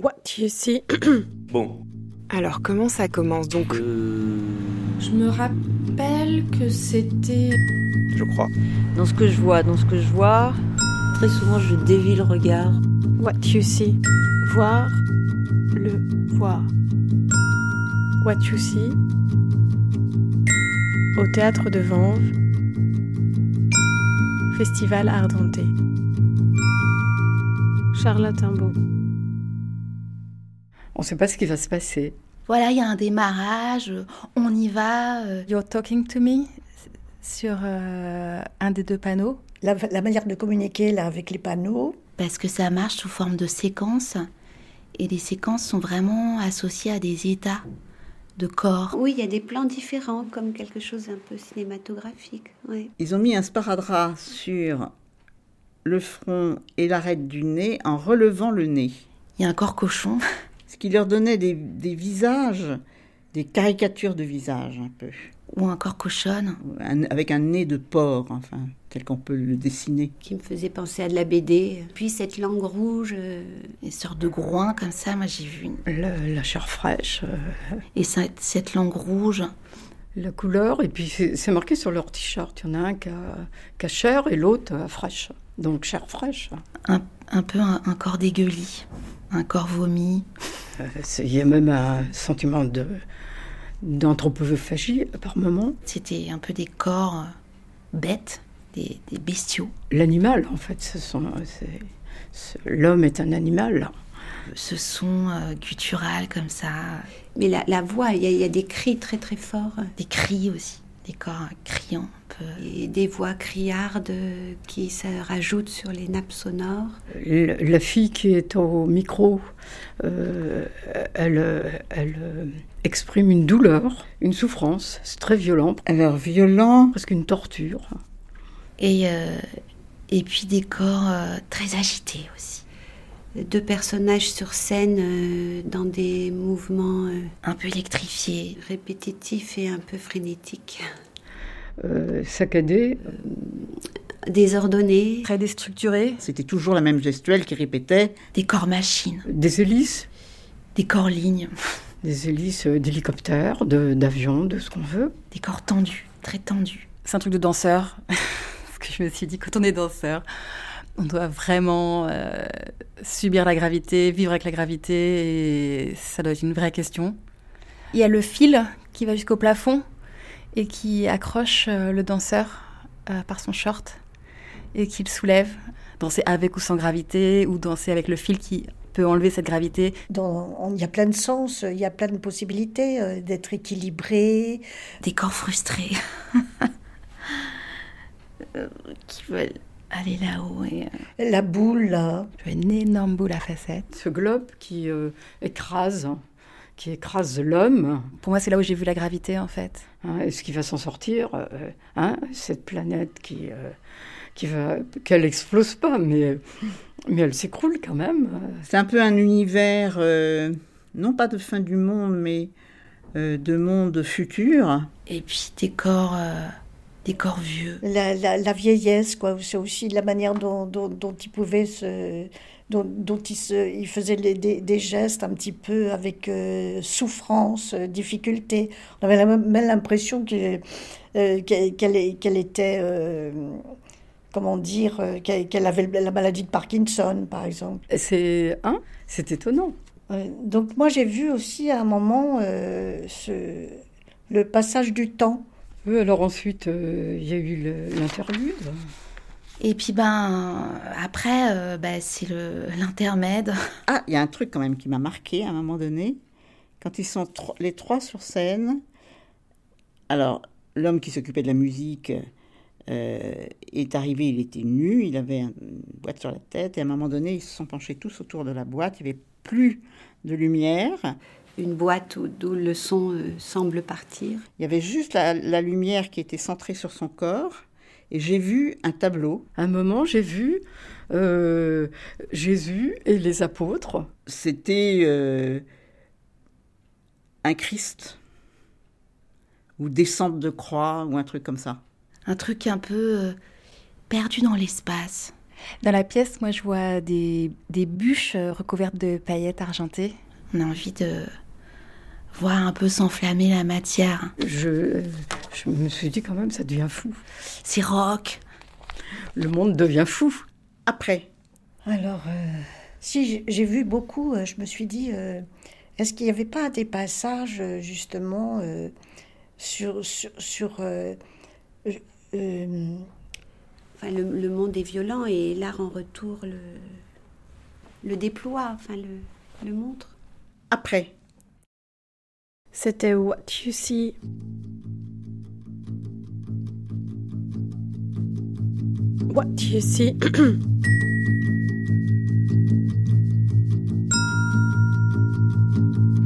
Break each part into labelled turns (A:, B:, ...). A: What you see.
B: Bon.
C: Alors comment ça commence donc
D: Euh, Je me rappelle que c'était.
B: Je crois.
E: Dans ce que je vois, dans ce que je vois, très souvent je dévie le regard.
A: What you see. Voir. Le voir. What you see. Au théâtre de Vanves. Festival Ardenté. Charlotte Imbaud.
F: On ne sait pas ce qui va se passer.
G: Voilà, il y a un démarrage, euh, on y va. euh,
H: You're talking to me sur euh, un des deux panneaux.
I: La, la manière de communiquer là avec les panneaux,
G: parce que ça marche sous forme de séquences. Et les séquences sont vraiment associées à des états de corps.
J: Oui, il y a des plans différents, comme quelque chose un peu cinématographique. ouais.
K: Ils ont mis un sparadrap sur le front et l'arête du nez en relevant le nez,
G: Il y a un corps cochon.
K: ce qui leur donnait des, des visages, des caricatures de visages un peu,
G: ou encore cochonne.
K: Un- avec un nez de porc, enfin, tel qu'on peut le dessiner.
J: Qui me faisait penser à de la BD. Puis cette langue rouge. euh,
G: Une sorte de groin comme ça, moi j'ai vu. une-
F: Le- la chair fraîche, euh,
G: Et ça- cette langue rouge,
F: la couleur, et puis c'est c'est marqué sur leur t-shirt. Il y en a un qui a, qui a chair et l'autre euh, fraîche. Donc chair fraîche.
G: un peu un, un corps dégueulis, un corps vomi.
F: Euh, c'est- Il y a même un sentiment de d'anthropophagie par moment.
G: C'était un peu des corps euh, bêtes, des, des bestiaux.
F: L'animal, en fait, ce sont- c'est- c'est- l'homme est un animal.
G: Ce son euh, guttural comme ça,
J: Mais la, la voix, il y, a- il y a des cris très très forts.
G: des cris aussi, des corps euh, criants un peu.
J: Et des voix criardes euh, qui se rajoutent sur les nappes sonores.
F: L- La fille qui est au micro, euh, elle, euh, elle euh, exprime une douleur, une souffrance. C'est très violent,
K: Alors, violent,
F: presque une torture.
G: Et, euh, et puis des corps euh, très agités aussi,
J: Deux personnages sur scène euh, dans des mouvements euh,
G: un peu électrifiés.
J: répétitifs et un peu frénétiques.
F: Euh, saccadée,
J: Désordonnés.
H: Très déstructuré.
K: c'était toujours la même gestuelle qui répétait.
G: Des corps machines,
F: des hélices,
G: des corps lignes,
F: des hélices euh, d'hélicoptères, de- d'avions, de ce qu'on veut.
G: des corps tendus, très tendus.
H: C'est un truc de danseur. Parce que je me suis dit, quand on est danseur, on doit vraiment euh, subir la gravité, vivre avec la gravité, et ça doit être une vraie question. Il y a le fil qui va jusqu'au plafond et qui accroche euh, le danseur euh, par son short et qui le soulève. Danser avec ou sans gravité, ou danser avec le fil qui peut enlever cette gravité.
I: dans- on- il y a plein de sens, il y a plein de possibilités euh, d'être équilibré.
G: des corps frustrés Euh, qui veulent aller là-haut. Et, euh,
I: La boule, là,
H: Une énorme boule à facettes.
F: Ce globe qui euh, écrase, qui écrase l'homme,
H: Pour moi, c'est là où j'ai vu la gravité, en fait.
F: hein, et ce qui va s'en sortir, euh, hein, cette planète qui, euh, qui va, qu'elle explose pas, mais, mais elle s'écroule quand même.
K: C'est un peu un univers, euh, non pas de fin du monde, mais euh, de monde futur.
G: et puis des corps, euh, des corps vieux.
I: la, la- la vieillesse, quoi. C'est aussi la manière dont, dont, dont il pouvait se. dont, dont il, se, il faisait les- des, des gestes un petit peu avec euh, souffrance, euh, difficulté. On avait la même, même l'impression que, euh, qu'elle qu'elle- qu'elle était. euh, comment dire euh, Qu'elle qu'elle avait la maladie de Parkinson, par exemple.
F: Et C'est hein, c'est étonnant.
I: Ouais, donc moi j'ai vu aussi à un moment euh, ce, le passage du temps.
F: Euh, alors ensuite, euh, il y a eu le- l'interlude.
G: Et puis ben après, euh, ben, c'est le- l'intermède.
K: Ah, il y a un truc quand même qui m'a marqué à un moment donné. Quand ils sont tro- les trois sur scène, alors l'homme qui s'occupait de la musique euh, est arrivé, il était nu, il avait un- une boîte sur la tête, et à un moment donné, ils se sont penchés tous autour de la boîte, il n'y avait plus de lumière,
J: Une boîte où- d'où le son euh, semble partir.
K: il y avait juste la, la lumière qui était centrée sur son corps, et j'ai vu un tableau.
F: À un moment, j'ai vu euh, Jésus et les apôtres.
K: C'était euh, un Christ, ou descente de croix, ou un truc comme ça.
G: Un truc un peu euh, perdu dans l'espace.
L: Dans la pièce, moi, je vois des, des bûches euh, recouvertes de paillettes argentées.
G: On a envie de voir un peu s'enflammer la matière.
F: Je, je me suis dit quand même, ça devient fou.
G: C'est rock.
F: Le monde devient fou.
I: Après. Alors, euh, si j'ai vu beaucoup, euh, je me suis dit, euh, est-ce qu'il n'y avait pas des passages euh, justement euh, sur... sur, sur euh,
J: Enfin, le, le, monde est violent et l'art en retour le, le déploie, enfin le, le montre.
I: Après.
A: C'était What You See. What You See.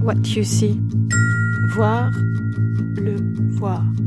A: What You See. Voir le voir.